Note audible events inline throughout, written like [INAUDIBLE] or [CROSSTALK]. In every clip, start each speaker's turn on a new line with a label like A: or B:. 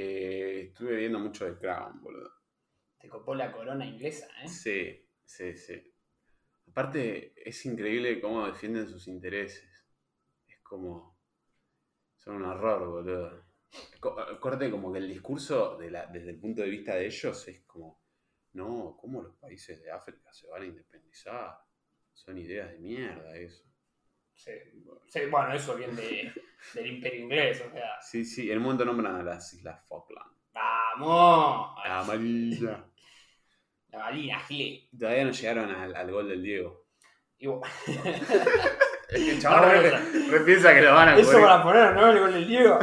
A: Eh, estuve viendo mucho de Crown, boludo.
B: Te copó la corona inglesa, ¿eh?
A: Sí, sí, sí. Aparte, es increíble cómo defienden sus intereses. Es como. Son un horror, boludo. Co- eh, Corte como que el discurso de la- desde el punto de vista de ellos es como. No, ¿cómo los países de África se van a independizar? Son ideas de mierda eso.
B: Sí. Sí, bueno, eso viene [LAUGHS] de- del imperio inglés, o sea.
A: Sí, sí, en el momento nombran a las Islas Falkland.
B: ¡Vamos!
A: La amarilla.
B: La balina, Gile.
A: Todavía no llegaron al, al gol del Diego.
B: Y vos-
A: El
B: chabón re-
A: piensa que lo van
B: Eso para poner, ¿no? El gol del [LAUGHS] Diego.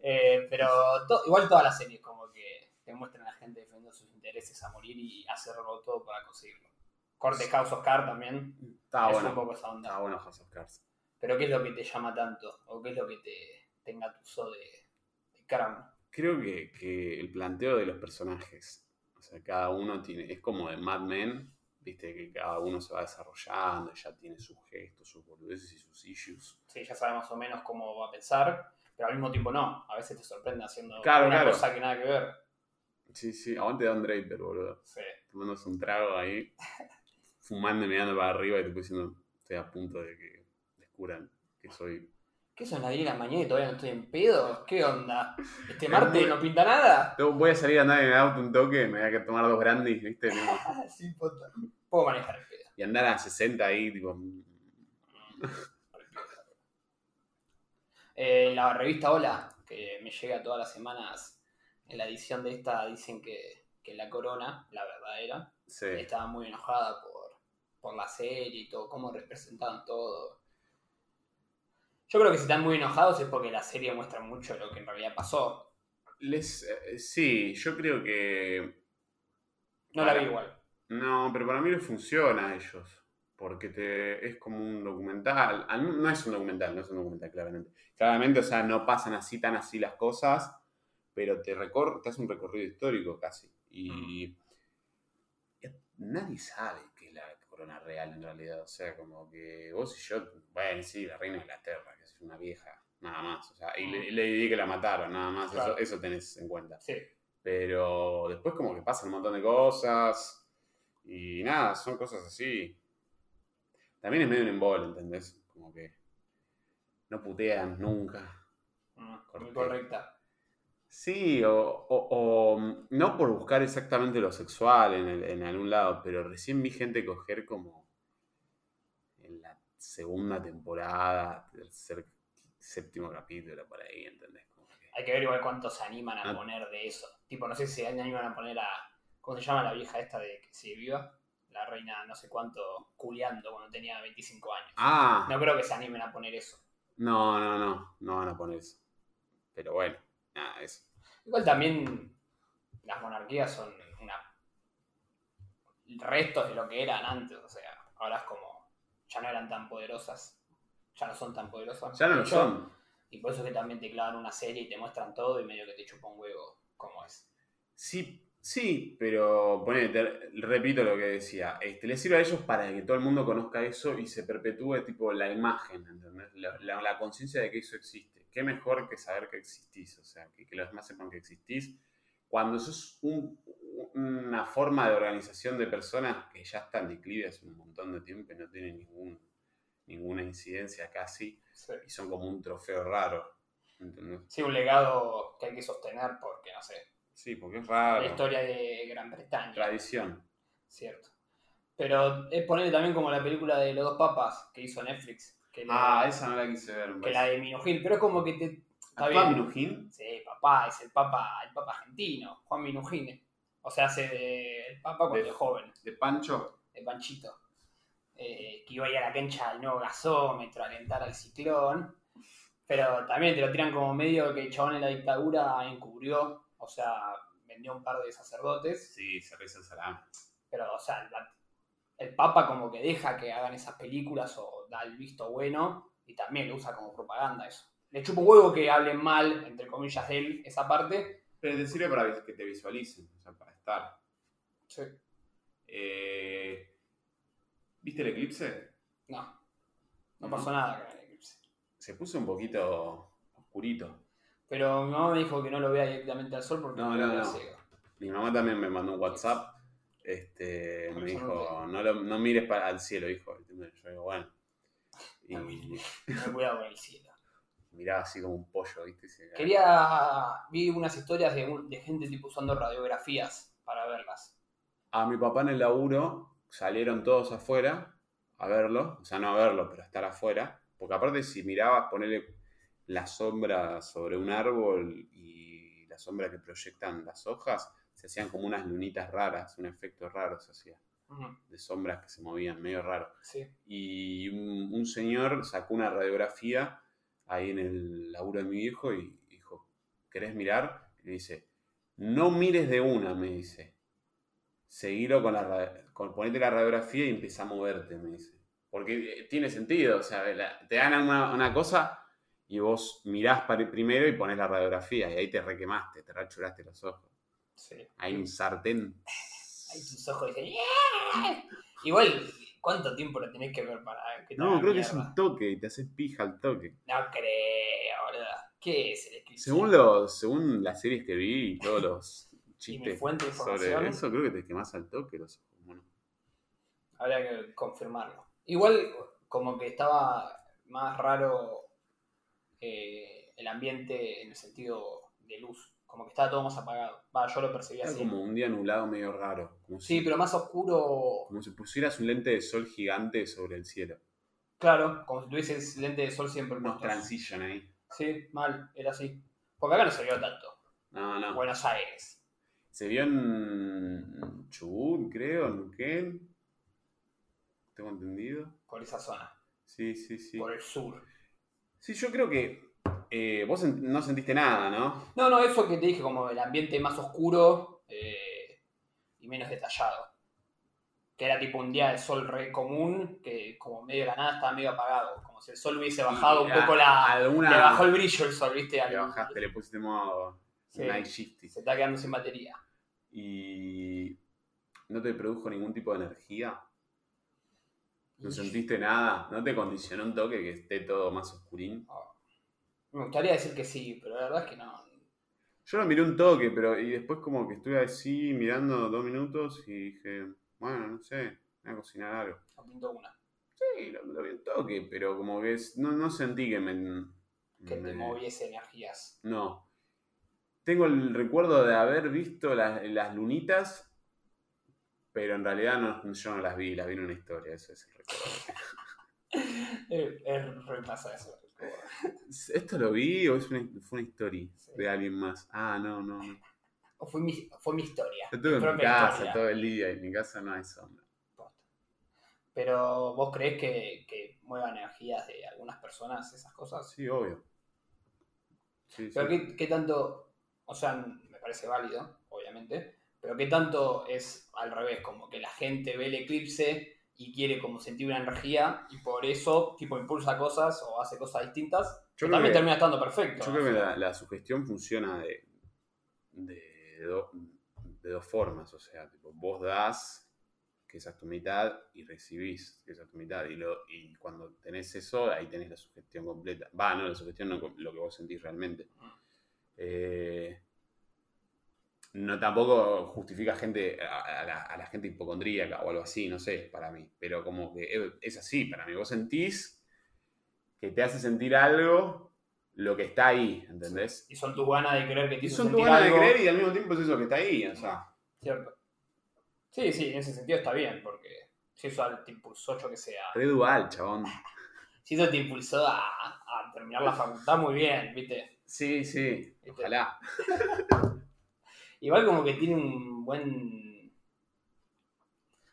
B: Eh, pero to- igual todas las series como que te muestran a la gente defendiendo sus intereses a morir y hacerlo todo para conseguirlo. Corte House of Cards también.
A: Está
B: es
A: bueno.
B: un poco esa onda.
A: Está bueno House of Cards.
B: Pero ¿qué es lo que te llama tanto? ¿O qué es lo que te, te engatusó de, de Crown?
A: Creo que, que el planteo de los personajes. O sea, cada uno tiene. Es como de Mad Men, viste, que cada uno se va desarrollando, ya tiene sus gestos, sus boludeces y sus issues.
B: Sí, ya sabe más o menos cómo va a pensar, pero al mismo tiempo no. A veces te sorprende haciendo
A: Claro,
B: una
A: claro.
B: cosa que nada que ver.
A: Sí, sí, aguante Don Draper, boludo.
B: Sí.
A: Tomándose un trago ahí, [LAUGHS] fumando y mirando para arriba y te diciendo, estoy a punto de que descubran que soy.
B: ¿Qué son las 10 de la mañana y todavía no estoy en pedo? ¿Qué onda?
A: [LAUGHS]
B: ¿Este
A: Es
B: martes
A: muy-
B: no pinta nada?
A: No, voy a salir a andar en el auto un toque, me voy a que tomar dos grandes, viste, tipo,
B: Ah, sí, puta. Puedo manejar el pedo.
A: y andar a 60 ahí, tipo.
B: Eh, la revista Hola, que me llega todas las semanas, en la edición de esta dicen que, que la corona, la verdadera,
A: Sí.
B: estaba muy enojada por, por la serie y todo, cómo representaban todo. Yo creo que si están muy enojados es porque la serie muestra mucho lo que en realidad pasó.
A: Les, eh, sí, yo creo que
B: No la vi
A: Claro.
B: igual.
A: No, pero para mí les funciona a ellos. Porque te, es como un documental. Ah, No, no es un documental, no es un documental, claramente. Claramente, o sea, no pasan así tan así las cosas, pero te, recor te hace un recorrido histórico casi. Y, nadie sabe qué es la corona real en realidad. O sea, como que vos y yo, bueno, sí, la reina de Inglaterra, que es una vieja, nada más. O sea, y le, le di que la mataron, nada más. Eso-
B: Claro.
A: eso tenés en cuenta.
B: Sí.
A: Pero después como que pasan un montón de cosas. Y nada, son cosas así. También es medio un embole, ¿entendés? Como que no putean nunca.
B: Mm, Muy
A: Corté.
B: correcta.
A: Sí, o, o- o, mm, no por buscar exactamente lo sexual en, el- en algún lado, pero recién vi gente coger como en la segunda temporada, tercer, séptimo capítulo, por ahí, ¿entendés? Como que-
B: Hay que ver igual cuánto se animan a
A: Ah.
B: poner de eso. Tipo, no sé si se animan a poner a. ¿Cómo se llama la vieja esta de que sigue viva? La reina no sé cuánto culeando cuando tenía 25 años.
A: Ah,
B: No creo que se animen a poner eso.
A: No, no, no, no van a poner eso. Pero bueno, nada, eso.
B: Igual también las monarquías son una restos de lo que eran antes, o sea, ahora es como ya no eran tan poderosas, ya no son tan poderosas.
A: Ya no lo
B: Yo-
A: son.
B: Y por eso es que también te clavan una serie y te muestran todo y medio que te chupa un huevo como es.
A: Sí, sí, pero ponete, repito lo que decía, este, les sirve a ellos para que todo el mundo conozca eso y se perpetúe tipo la imagen, ¿entendés? La, la- la conciencia de que eso existe. Qué mejor que saber que existís, o sea, que, que los demás sepan que existís. Cuando sos un- una forma de organización de personas que ya están en declive hace un montón de tiempo y no tienen ningún, ninguna incidencia casi, y son como un trofeo raro, ¿entendés?
B: Sí, un legado que hay que sostener porque, no sé,
A: Sí, porque es raro.
B: la historia de Gran Bretaña.
A: Tradición.
B: Cierto. Pero es ponerle también como la película de los dos papas que hizo Netflix, que, la-
A: Ah, esa no la quise ver. me
B: que la
A: parece.
B: de Minujil, pero es como que te... Está
A: ¿Actúa
B: bien.
A: Minujín?
B: Sí, papá, es el papa, el papa argentino, Juan Minujín. O sea, hace de- el papa cuando
A: De-
B: es joven,
A: ¿De Pancho?
B: de Panchito. Eh, que iba a ir a la cancha al nuevo gasómetro, a alentar al ciclón. Pero también te lo tiran como medio que el chabón en la dictadura encubrió, o sea, vendió un par de sacerdotes.
A: Sí, se reza el salame.
B: Pero, o sea, el, pa- el papa como que deja que hagan esas películas o da el visto bueno y también lo usa como propaganda eso. Le chupa un huevo que hablen mal, entre comillas, de él, esa parte,
A: Pero te sirve para que te visualicen, o sea, para estar.
B: Sí.
A: Eh, ¿Viste el eclipse?
B: No. No pasó nada con el eclipse.
A: Se puso un poquito oscurito.
B: Pero mi mamá me dijo que no lo vea directamente al sol porque
A: No,
B: me
A: no,
B: queda
A: no.
B: ciego.
A: Mi mamá también me mandó un WhatsApp. Este, me dijo, no, lo- no mires para, al cielo, hijo. Y Yo digo, bueno. Y
B: Me cuidado con
A: [LAUGHS]
B: el cielo.
A: miraba así como un pollo, ¿viste? Y se-
B: Quería. Vi unas historias de, un- de gente tipo usando radiografías para verlas.
A: A mi papá en el laburo salieron todos afuera a verlo. O sea, no a verlo, pero a estar afuera. Porque aparte si mirabas, ponerle la sombra sobre un árbol y la sombra que proyectan las hojas, se hacían como unas lunitas raras, un efecto raro se hacía,
B: Ujú,
A: de sombras que se movían medio raro.
B: Sí.
A: y un, un señor sacó una radiografía ahí en el laburo de mi viejo y dijo, ¿querés mirar? Y le dice, no mires de una, me dice. Seguilo con la ra- con, ponete la radiografía y empieza a moverte, me dice. Porque eh, tiene sentido, o sea, la- te dan una, una cosa y vos mirás para primero y pones la radiografía y ahí te requemaste, te rachuraste los ojos.
B: sí.
A: Hay un sartén.
B: Ahí tus ojos dicen. "Yeah". Igual, ¿cuánto tiempo lo tenés que ver para que te
A: No,
B: haga
A: creo que es
B: mierda?
A: un toque y te haces pija al toque.
B: No creo, ¿verdad? ¿Qué es el escritor?
A: Según, los, según las series que vi y todos los
B: [LAUGHS] Y mi
A: chistes
B: fuente de información.
A: sobre eso, creo que te quemás al toque los ojos. Bueno,
B: Habrá que confirmarlo. Igual, como que estaba más raro eh, el ambiente en el sentido de luz. Como que estaba todo más apagado. Va, yo lo percibí
A: era
B: así.
A: como un día nublado medio raro. Como
B: Sí,
A: si,
B: pero más oscuro.
A: como si pusieras un lente de sol gigante sobre el cielo.
B: Claro, como si tuvieses lente de sol siempre
A: Unos
B: puesto.
A: transition ahí.
B: Sí, mal, era así. Porque acá no se vio tanto.
A: No, no.
B: Buenos Aires.
A: Se vio en Chubut, creo, en Neuquén. ¿Tengo entendido?
B: Por esa zona.
A: Sí, sí, sí.
B: Por el sur.
A: Sí, yo creo que eh, vos sent- no sentiste nada, ¿no?
B: No, no, eso que te dije, como el ambiente más oscuro eh, y menos detallado. Que era tipo un día de sol re común, que como medio de la nada estaba medio apagado. Como si el sol hubiese bajado
A: Y
B: un
A: a-
B: poco la.
A: Alguna...
B: Le bajó el brillo el sol, ¿viste? Al-
A: Le bajaste, le pusiste modo
B: Sí.
A: night shifty.
B: Se está quedando sin batería.
A: y no te produjo ningún tipo de energía, no
B: Y
A: sentiste nada, no te condicionó un toque que esté todo más oscurín.
B: Me gustaría decir que sí, pero la verdad es que no.
A: Yo lo miré un toque, pero y después como que estuve así mirando dos minutos y dije, bueno, no sé, voy a cocinar algo.
B: No pinto una.
A: Sí, lo, lo vi un toque, pero como que es- no, no sentí que me...
B: Que te
A: me-
B: moviese energías. [LAUGHS]
A: No. Tengo el recuerdo de haber visto las, las lunitas, pero en realidad no, yo no las vi, las vi en una historia, eso es el recuerdo.
B: Eh, Es re pasa eso.
A: ¿Esto lo vi o es una- fue una historia
B: Sí.
A: de alguien más? Ah, no, no. no.
B: O fue mi, fue mi historia.
A: Yo estuve en mi
B: propia
A: casa
B: historia.
A: todo el día y en mi casa no hay sombra.
B: Posta. Pero vos crees que, que mueva energías de algunas personas esas cosas.
A: Sí, obvio. Sí,
B: Pero
A: sí.
B: ¿qué, qué tanto, o sea, me parece válido, obviamente, pero qué tanto es al revés, como que la gente ve el eclipse y quiere como sentir una energía y por eso tipo impulsa cosas o hace cosas distintas,
A: Yo creo
B: que también
A: que,
B: termina estando perfecto.
A: yo creo que la, la sugestión funciona de, de, do- de dos formas. O sea, tipo, vos das, que esa es tu mitad, y recibís, que esa es tu mitad. Y, lo, y cuando tenés eso, ahí tenés la sugestión completa. Va, no, la sugestión no lo que vos sentís realmente. Eh, no tampoco justifica gente, a, a la, a la gente hipocondríaca o algo así, no sé, para mí. Pero como que es, es así, para mí. Vos sentís que te hace sentir algo lo que está ahí, ¿entendés?
B: Y son tus ganas de creer que te
A: Y
B: hizo
A: son tu
B: sentir
A: ganas de
B: algo,
A: creer y al mismo tiempo es eso que está ahí, o sea.
B: ¿cierto? Sí, sí, en ese sentido está bien, porque si eso te impulsó, yo que sea.
A: Re dual, chabón.
B: Si eso te impulsó a, a terminar la facultad muy bien, ¿viste?
A: Sí, sí,
B: ¿Viste?
A: ojalá.
B: Igual como que tiene un buen.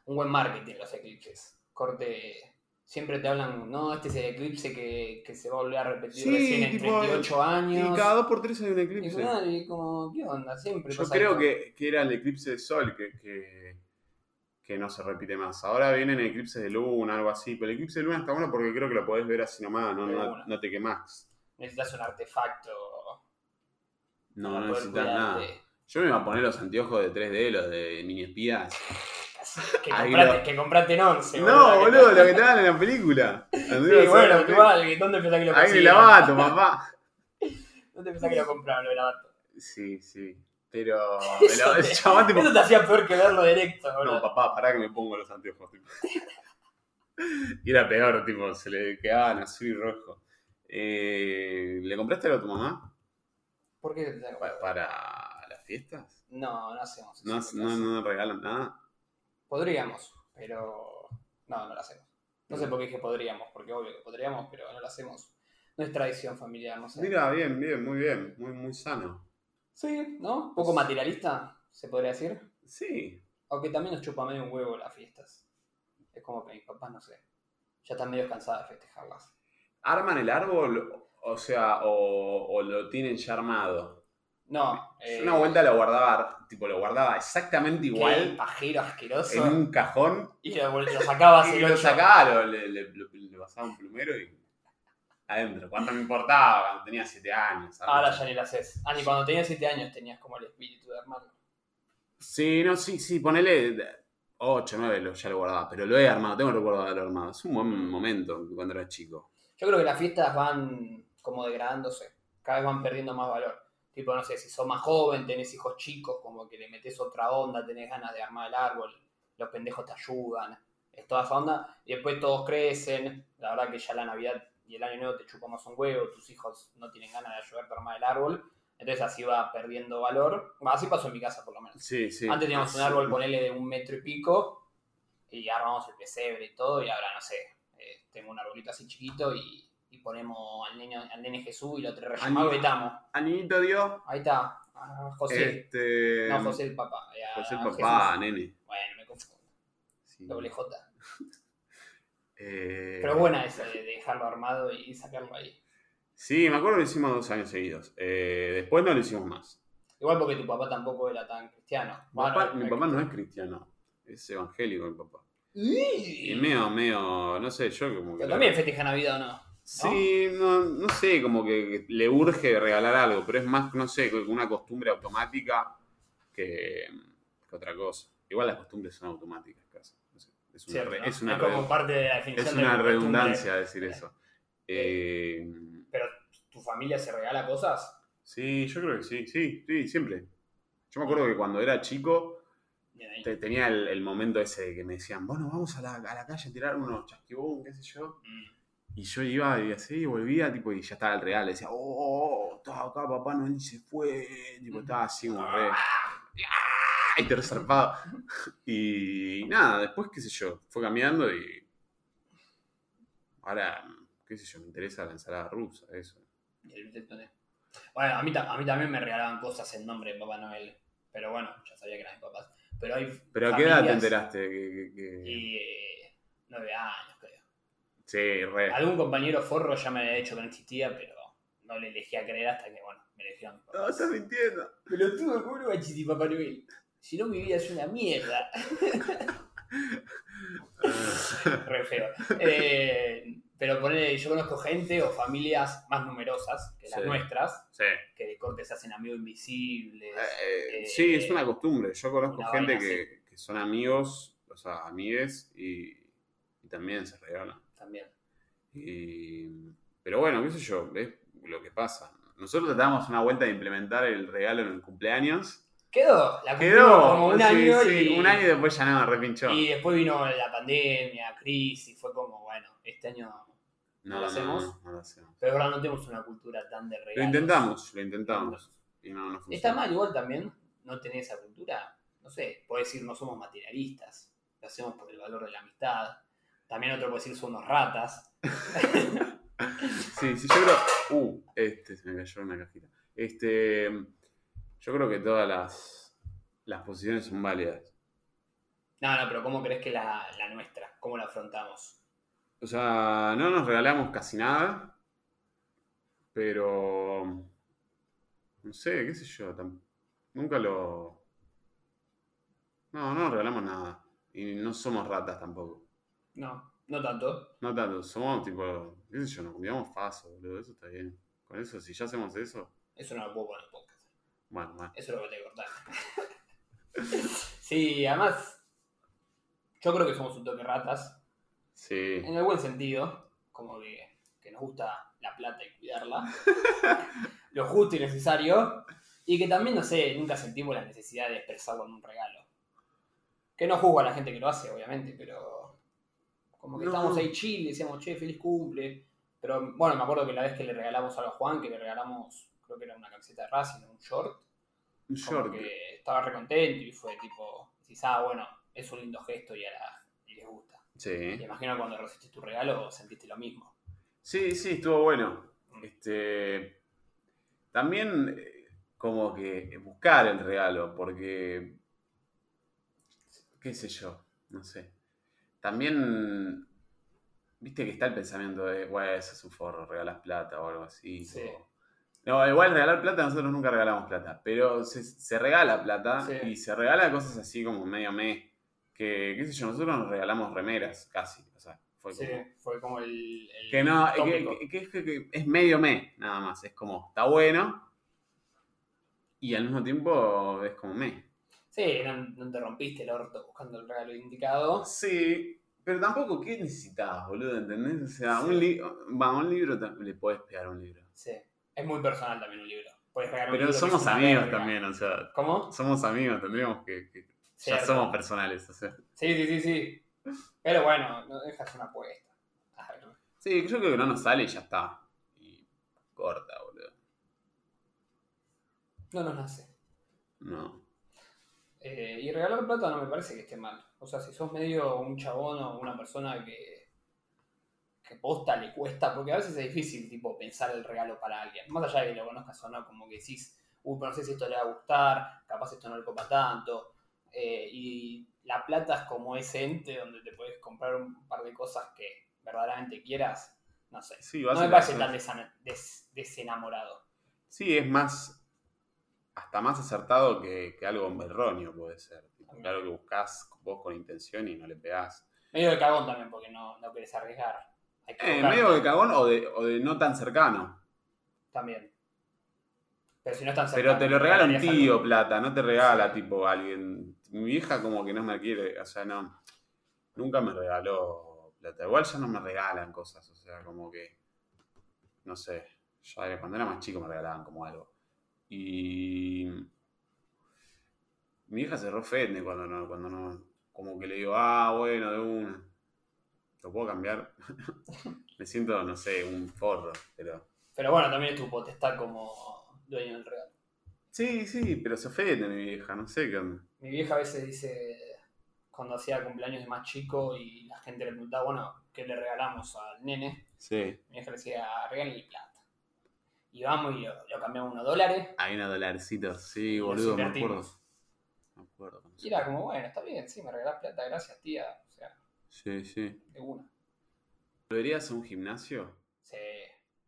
B: un buen marketing los eclipses. Corte. Siempre te hablan, no, este es el eclipse que, que se va a volver a repetir
A: Sí,
B: recién en
A: tipo,
B: 38 años.
A: Y cada dos por tres hay un
B: Y
A: eclipse.
B: claro, y como, ¿qué onda? Siempre
A: Yo
B: pasa
A: creo
B: esto.
A: que, que era el eclipse de sol que, que, que no se repite más. Ahora vienen eclipses de luna, algo así. Pero el eclipse de luna está bueno porque creo que lo podés ver así nomás, no,
B: De
A: no,
B: una.
A: no te quemás.
B: Necesitas un artefacto.
A: No,
B: para
A: no
B: poder
A: necesitas nada.
B: cuidarte.
A: Yo me iba a poner los anteojos de 3D, los de mini espías.
B: Así Que
A: Ahí
B: compraste,
A: lo-
B: que compraste en 11.
A: no, boludo, lo que te dan en la película.
B: Sí, bueno, igual, ¿dónde pensás que lo
A: Ahí me
B: consiguen?
A: la bato, papá.
B: No te pensás que lo compraron, lo grabaron.
A: Sí, sí. Pero.
B: Eso
A: pero
B: te-
A: el chabón, tipo,
B: Eso te hacía peor que verlo directo, boludo.
A: No, papá, pará que me pongo los anteojos. tipo. [LAUGHS] y era peor, tipo, se le quedaban azul y rojo. Eh, ¿Le compraste algo a tu mamá?
B: ¿Por qué te pensás que-
A: Pa- ¿Para las fiestas?
B: No, no hacemos eso.
A: ¿No,
B: en mi
A: no,
B: casa.
A: no nos regalan nada?
B: Podríamos, pero. No, no lo hacemos. No sé por qué dije podríamos, porque obvio que podríamos, pero no lo hacemos. No es tradición familiar, no sé.
A: Mira, bien, bien, muy bien, muy, muy sano.
B: Sí, ¿no? Poco materialista, se podría decir.
A: Sí,
B: Aunque también nos chupa medio un huevo las fiestas. Es como que mis papás, no sé. Ya están medio cansadas de festejarlas.
A: arman el árbol, o sea, o, o lo tienen ya armado.
B: No.
A: Yo
B: eh,
A: una vuelta lo guardaba, tipo, lo guardaba exactamente
B: qué
A: igual
B: pajero asqueroso.
A: en un cajón
B: Y lo, vol- lo sacabas
A: [LAUGHS] y
B: el
A: lo
B: ocho.
A: sacaba, lo- le, le- lo- le pasaba un plumero y adentro. Cuando me importaba, cuando tenía 7 años. ¿sabes?
B: Ahora ya ni lo haces. Ah, ni cuando tenías 7 años tenías como el espíritu de armarlo.
A: Sí, no, sí, sí, ponele 8, 9, ya lo guardaba, pero lo he armado, tengo el recuerdo de haberlo armado. Es un buen momento cuando era chico.
B: Yo creo que las fiestas van como degradándose, cada vez van perdiendo más valor. Tipo, no sé, si sos más joven, tenés hijos chicos, como que le metes otra onda, tenés ganas de armar el árbol, los pendejos te ayudan, es toda esa onda, y después todos crecen, la verdad que ya la Navidad y el Año Nuevo te chupamos un huevo, tus hijos no tienen ganas de ayudarte a armar el árbol, entonces así va perdiendo valor, Bueno, así pasó en mi casa por lo menos.
A: Sí, sí.
B: Antes teníamos un árbol, ponele de un metro y pico, y armamos el pesebre y todo, y ahora no sé, eh, tengo un arbolito así chiquito y, y ponemos al niño, al nene Jesús y lo tres reyes
A: Al
B: magos
A: niño.
B: y estamos.
A: Anillito dio.
B: Ahí está. a José.
A: Este,
B: no, José el papá. eh, a
A: José el papá,
B: Jesús.
A: nene.
B: Bueno, me confundo.
A: Sí.
B: Doble J.
A: Eh,
B: Pero buena esa de dejarlo armado y sacarlo ahí.
A: Sí, me acuerdo que lo hicimos dos años seguidos. Eh, después no lo hicimos más.
B: Igual porque tu papá tampoco era tan cristiano.
A: Mi papá-
B: Bueno,
A: mi
B: eh,
A: papá no es cristiano, es evangélico mi papá. Y
B: ¡Ih!
A: medio, medio, no sé, yo como que...
B: Pero también festeja Navidad o no.
A: Sí, no, no sé, como que le urge regalar algo, pero es más, no sé, como una costumbre automática que, que otra cosa. Igual las costumbres son automáticas casi. no sé, Es una,
B: Cierto,
A: re-
B: ¿no?
A: es una
B: como
A: redu-
B: parte de la
A: es
B: definición de
A: una
B: costumbre.
A: redundancia decir eso. Eh,
B: Pero tu familia se regala cosas.
A: sí, yo creo que sí, sí, sí, siempre. Yo me acuerdo que cuando era chico...
B: Bien ahí.
A: Te- tenía el, el momento ese de que me decían, bueno, vamos a la, a la calle a tirar unos chasquibón, qué sé yo.
B: Mm.
A: Y yo iba y así, y volvía, tipo, y ya estaba el real. Decía, oh, oh, oh, estaba acá, papá Noel se fue. Tipo, estaba así como re. ¡Ah! Y te resarpado. Y nada, después, qué sé yo, fue cambiando y. Ahora, qué sé yo, me interesa la ensalada rusa, eso.
B: Y el Beatles también. Bueno, a mí, ta- a mí también me regalaban cosas en nombre de Papá Noel. Pero bueno, ya sabía que eran mis papás. Pero hay.
A: Pero a qué edad te
B: familias
A: enteraste que. que- que-
B: Y. eh, nueve años, creo.
A: Sí, re.
B: Algún compañero forro ya me había dicho que no existía, pero no le elegí a creer hasta que, bueno, me elegieron mis
A: No,
B: papás.
A: estás mintiendo.
B: [LAUGHS] Ah, Pero tú, ¿cómo no va a existir Papá Noel? Si no, mi vida es una mierda. [LAUGHS] Re feo. Eh, pero ponele, yo conozco gente o familias más numerosas que las
A: Sí.
B: nuestras,
A: sí.
B: que de corte se hacen amigos invisibles.
A: Eh,
B: Eh,
A: sí, es una costumbre. Yo conozco
B: una
A: gente
B: vaina
A: que, que son amigos, o sea, amigues, y, y también se regalan.
B: También.
A: Y- pero bueno, qué sé yo, es lo que pasa. Nosotros tratamos una vuelta de implementar el regalo en el cumpleaños.
B: Quedó, la cumplimos
A: Quedó
B: como un
A: sí,
B: año.
A: sí,
B: y,
A: un año y después ya no, repinchó.
B: y después vino la pandemia, crisis, fue como, bueno, este año.
A: No,
B: ¿lo hacemos?
A: No, no lo hacemos.
B: Pero ahora no tenemos una cultura tan de regalos.
A: Lo intentamos, lo intentamos. Y no, no funciona.
B: Está mal, igual también no tener esa cultura. No sé, puede decir no somos materialistas, lo hacemos por el valor de la amistad. También otro puede decir son unos ratas.
A: Sí, sí, yo creo. Uh, este, se me cayó una cajita. Este. Yo creo que todas las, las posiciones son válidas.
B: No, no, pero ¿cómo crees que la, la nuestra? ¿Cómo la afrontamos?
A: O sea, no nos regalamos casi nada. Pero. No sé, qué sé yo. tam- Nunca lo. No, no nos regalamos nada. Y no somos ratas tampoco.
B: No, no tanto.
A: No tanto, somos tipo. ¿Qué sé yo? Nos confiamos pasos, boludo. Eso está bien. Con eso, si ya hacemos eso.
B: Eso no lo puedo poner en podcast.
A: Bueno, bueno.
B: Eso lo voy a cortar. [LAUGHS] sí, además, yo creo que somos un toque ratas,
A: Sí.
B: en el buen sentido, como que, que nos gusta la plata y cuidarla. lo justo y necesario, y que también, no sé, nunca sentimos la necesidad de expresarlo en un regalo. Que no juzgo a la gente que lo hace, obviamente, pero como que
A: No.
B: estábamos ahí chill, decíamos, che, feliz cumple. Pero bueno, me acuerdo que la vez que le regalamos algo a Juan, que le regalamos, creo que era una camiseta de Racing, un short,
A: Un
B: como
A: short.
B: que estaba recontento y fue tipo, decís, ah, bueno, es un lindo gesto y a la y les gusta.
A: Sí.
B: Me imagino cuando recibiste tu regalo sentiste lo mismo.
A: Sí, sí, estuvo bueno. Este, también eh, como que buscar el regalo, porque, qué sé yo, no sé. También, viste que está el pensamiento de, güey, eso es un forro, regalas plata o algo así.
B: Sí.
A: o- No, igual regalar plata, nosotros nunca regalamos plata, pero se, se regala plata
B: Sí.
A: y se regala cosas así como medio me, que, qué sé yo, nosotros nos regalamos remeras casi, o sea, fue
B: Sí,
A: como...
B: fue como el... el
A: Que no, eh, que,
B: tópico.
A: que- que es- que- que es medio me, nada más. Es como, está bueno. Y al mismo tiempo es como me.
B: Sí, no, no te rompiste el orto buscando el regalo indicado.
A: Sí, pero tampoco, ¿qué necesitabas, boludo? ¿Entendés? O sea,
B: Sí.
A: un, li- va, un libro ta- le podés pegar un libro.
B: Sí. Es muy personal también un libro. Puedes regalar un
A: Pero
B: libro que
A: somos
B: es una
A: amigos
B: verga.
A: también, o sea,
B: ¿Cómo?
A: somos amigos, tendríamos que. que- ya
B: Cierto.
A: somos personales, o sea.
B: Sí, sí, sí, sí. Pero bueno, no dejas una apuesta. A ver.
A: Sí, yo creo que no nos sale y ya está. Y corta, boludo.
B: No nos nace.
A: No.
B: Eh, y regalar plata no me parece que esté mal. O sea, si sos medio un chabón o una persona que, que posta le cuesta, porque a veces es difícil tipo pensar el regalo para alguien. Más allá de que lo conozcas o no, como que decís, uy, pero no sé si esto le va a gustar, capaz esto no le copa tanto. Eh, y la plata es como ese ente donde te puedes comprar un par de cosas que verdaderamente quieras. No sé.
A: Sí,
B: No
A: vas a
B: me
A: la-
B: parece tan desana- des- desenamorado.
A: Sí, es más, hasta más acertado que, que algo erróneo puede ser. Tipo,
B: También.
A: Claro que buscás vos con intención y no le pegás.
B: Medio de cagón también, porque no, no querés arriesgar. Hay que
A: Eh,
B: buscar.
A: medio de cagón o de, o de no tan cercano.
B: También. Pero si no están
A: Pero te lo regala un tío,
B: algo.
A: plata, no te regala
B: Sí.
A: tipo alguien. Mi vieja como que no me quiere, o sea, no. Nunca me regaló plata. Igual ya no me regalan cosas, o sea, como que. No sé. Ya cuando era más chico me regalaban como algo. Y. Mi hija se reofende cuando no, cuando no. Como que le digo, ah, bueno, de una. ¿Lo puedo cambiar? [LAUGHS] me siento, no sé, un forro, pero.
B: Pero bueno, también es tu potestad como dueño del regalo.
A: Sí, sí, pero se ofende mi vieja, no sé qué onda.
B: Mi vieja a veces dice, cuando hacía cumpleaños de más chico y la gente le preguntaba, bueno, ¿qué le regalamos al nene?
A: Sí.
B: Mi vieja le decía, regálale plata. Y vamos y lo, lo cambiamos unos dólares.
A: Hay unos dolarcitos, sí,
B: los
A: boludo, me
B: invertimos.
A: acuerdo. Me acuerdo.
B: Y era como, bueno, está bien, sí, me regalás plata, gracias tía. O sea,
A: Sí, sí.
B: de una.
A: ¿Volverías a un gimnasio?
B: Sí,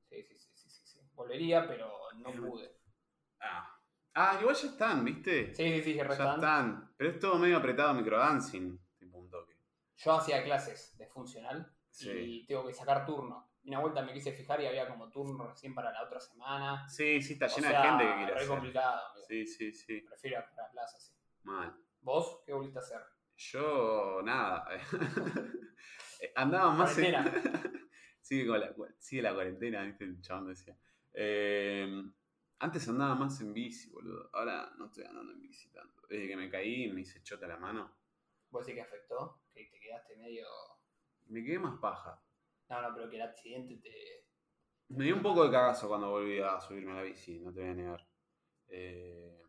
B: sí, sí, sí, sí, sí, sí. Volvería, pero no
A: Pero-
B: pude.
A: Ah. Ah, igual ya están, ¿viste?
B: Sí, sí, sí, que
A: ya
B: restan.
A: están. Pero es todo medio apretado microdancing, tipo un toque.
B: Yo hacía clases de funcional
A: Sí.
B: y tengo que sacar turno. Y Una vuelta me quise fijar y había como turno recién para la otra semana.
A: Sí, sí, está
B: O
A: llena
B: sea,
A: de gente que quiere
B: re
A: hacer.
B: complicado. amigo.
A: Sí, sí, sí.
B: Prefiero ir a la plaza, sí.
A: Mal.
B: ¿Vos qué volviste a hacer?
A: Yo, nada. [LAUGHS] Andaba más en- sigue, con la, cu- sigue la cuarentena, ¿viste? El chabón decía. Eh, antes andaba más en bici, boludo. Ahora no estoy andando en bici tanto. Desde que me caí me hice chota la mano.
B: ¿Vos decís que afectó? ¿Que te quedaste medio...?
A: Me quedé más paja.
B: No, no, pero que el accidente te...
A: Me dio un poco de cagazo cuando volví a subirme a la bici, no te voy a negar. Eh,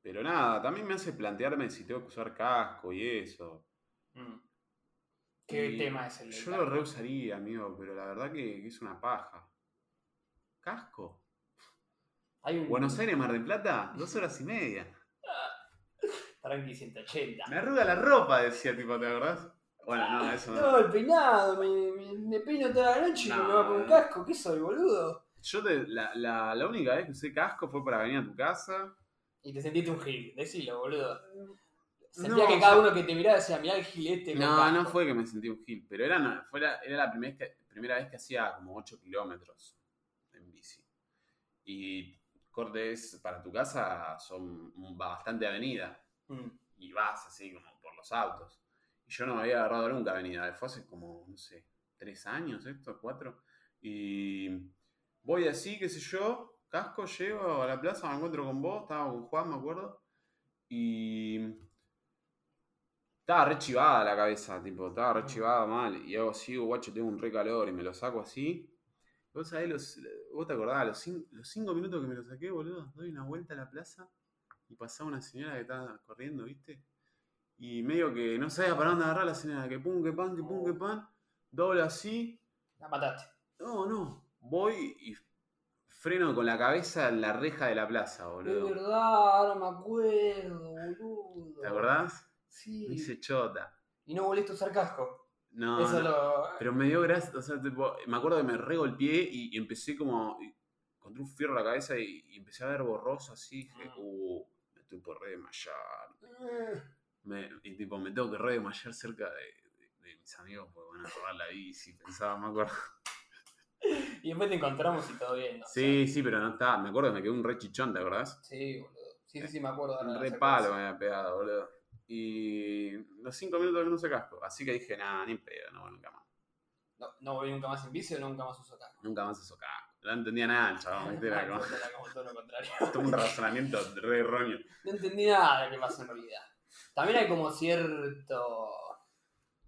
A: pero nada, también me hace plantearme si tengo que usar casco y eso.
B: Mm. ¿Qué
A: Y
B: tema es el del
A: Yo lo
B: casco?
A: reusaría, amigo, pero la verdad que, que es una paja. ¿Casco?
B: Hay un...
A: Buenos Aires, Mar del Plata, dos horas y media.
B: Tranqui 180.
A: Me arruga la ropa, decía, tipo, ¿te acordás? Bueno, no, eso no.
B: No, el peinado, me, me, me peino toda la noche y
A: No.
B: me va con un casco. ¿Qué soy, boludo?
A: Yo te- la, la, la única vez que usé casco fue para venir a tu casa.
B: Y te sentiste un gil, decilo, boludo.
A: No,
B: Sentía que
A: o
B: cada
A: sea-
B: uno que te miraba decía, mirá el gilete. con
A: No,
B: casco".
A: no fue que me sentí un gil, pero era, no, fue la- era la primera, vez que- primera vez que hacía como 8 kilómetros en bici. Y cortes para tu casa son bastante avenida
B: Mm.
A: y vas así como por los autos. Y yo no me había agarrado nunca avenida, fue hace como, no sé, tres años esto, cuatro. Y voy así, qué sé yo, casco, llego a la plaza, me encuentro con vos, estaba con Juan, me acuerdo. Y. Estaba rechivada la cabeza, tipo, estaba rechivada mal. Y hago así, guacho, tengo un re calor y me lo saco así. Vos sabés, los, vos te acordás, los, cin- los cinco minutos que me lo saqué, boludo, doy una vuelta a la plaza y pasaba una señora que estaba corriendo, ¿viste? Y medio que no sabía para dónde agarrar la señora, que pum, que pan, que pum,
B: Oh.
A: que pan, dobla así,
B: La mataste.
A: no, no. Voy y freno con la cabeza en la reja de la plaza,
B: Es
A: boludo.
B: verdad, ahora me acuerdo, boludo.
A: ¿Te acordás?
B: Sí.
A: Me hice chota.
B: Y no volviste a usar casco.
A: No,
B: Eso
A: no.
B: lo.
A: Pero me dio gracia, o sea, tipo, me acuerdo que me regolpeé y, y empecé como y- contra un fierro la cabeza y, y empecé a ver borroso así, dije,
B: Ah.
A: uh, me estoy por re desmayar.
B: Eh,
A: Me- y tipo, me tengo que re desmayar cerca de, de- de mis amigos porque van a robar la bici, pensaba, me
B: [LAUGHS]
A: acuerdo.
B: Y después te encontramos y todo bien. ¿no?
A: Sí, sí, pero no estaba, me acuerdo que me quedé un re chichón, ¿te acordás?
B: Sí, boludo. Sí, sí, sí, me acuerdo. ahora de
A: Re
B: Ah, esa
A: palo eh.
B: cosa.
A: me había pegado, boludo. Y los cinco minutos que no se casco. Así que dije, nada, ni en pedo, no, nunca más.
B: No, no volví nunca más en bici o nunca más uso casco.
A: Nunca más eso casco. No entendía nada, chaval. ¿viste? Este Era como, [LAUGHS]
B: Era como todo lo contrario.
A: tuve un razonamiento re erróneo.
B: No entendí nada de lo que pasó en realidad. También hay como cierto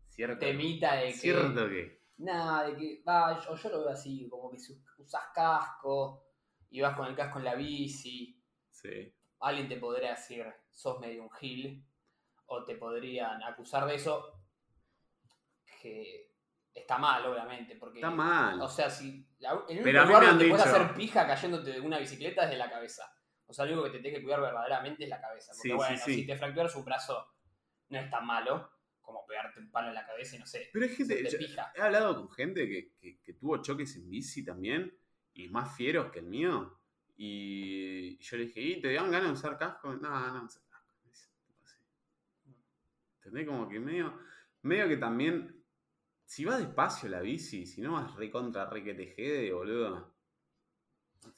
A: Cierto.
B: temita de que.
A: Cierto que.
B: Nada, de que. Va, yo, yo lo veo así, como que su- usás casco y vas con el casco en la bici.
A: Sí.
B: Alguien te podría decir, sos medio un gil. O te podrían acusar de eso. Que está mal, obviamente. Porque,
A: Está mal.
B: O sea, si. la- el único
A: Pero a mí
B: lugar
A: me han
B: donde puedes
A: dicho-
B: hacer pija cayéndote de una bicicleta es de la cabeza. O sea, lo único que te tiene que cuidar verdaderamente es la cabeza. Porque
A: Sí, sí,
B: bueno,
A: sí.
B: si te fracturas un brazo, no es tan malo como pegarte un palo en la cabeza y no sé.
A: Pero hay gente.
B: te
A: yo-
B: pija.
A: he hablado con gente que, que- que tuvo choques en bici también. Y más fieros que el mío. Y yo le dije, ¿y te dan ganas de usar casco? No, no, usar casco. me dice, tipo así. ¿Entendés? Como que medio, medio que también, si vas despacio la bici, si no vas re contra re que te jede, boludo.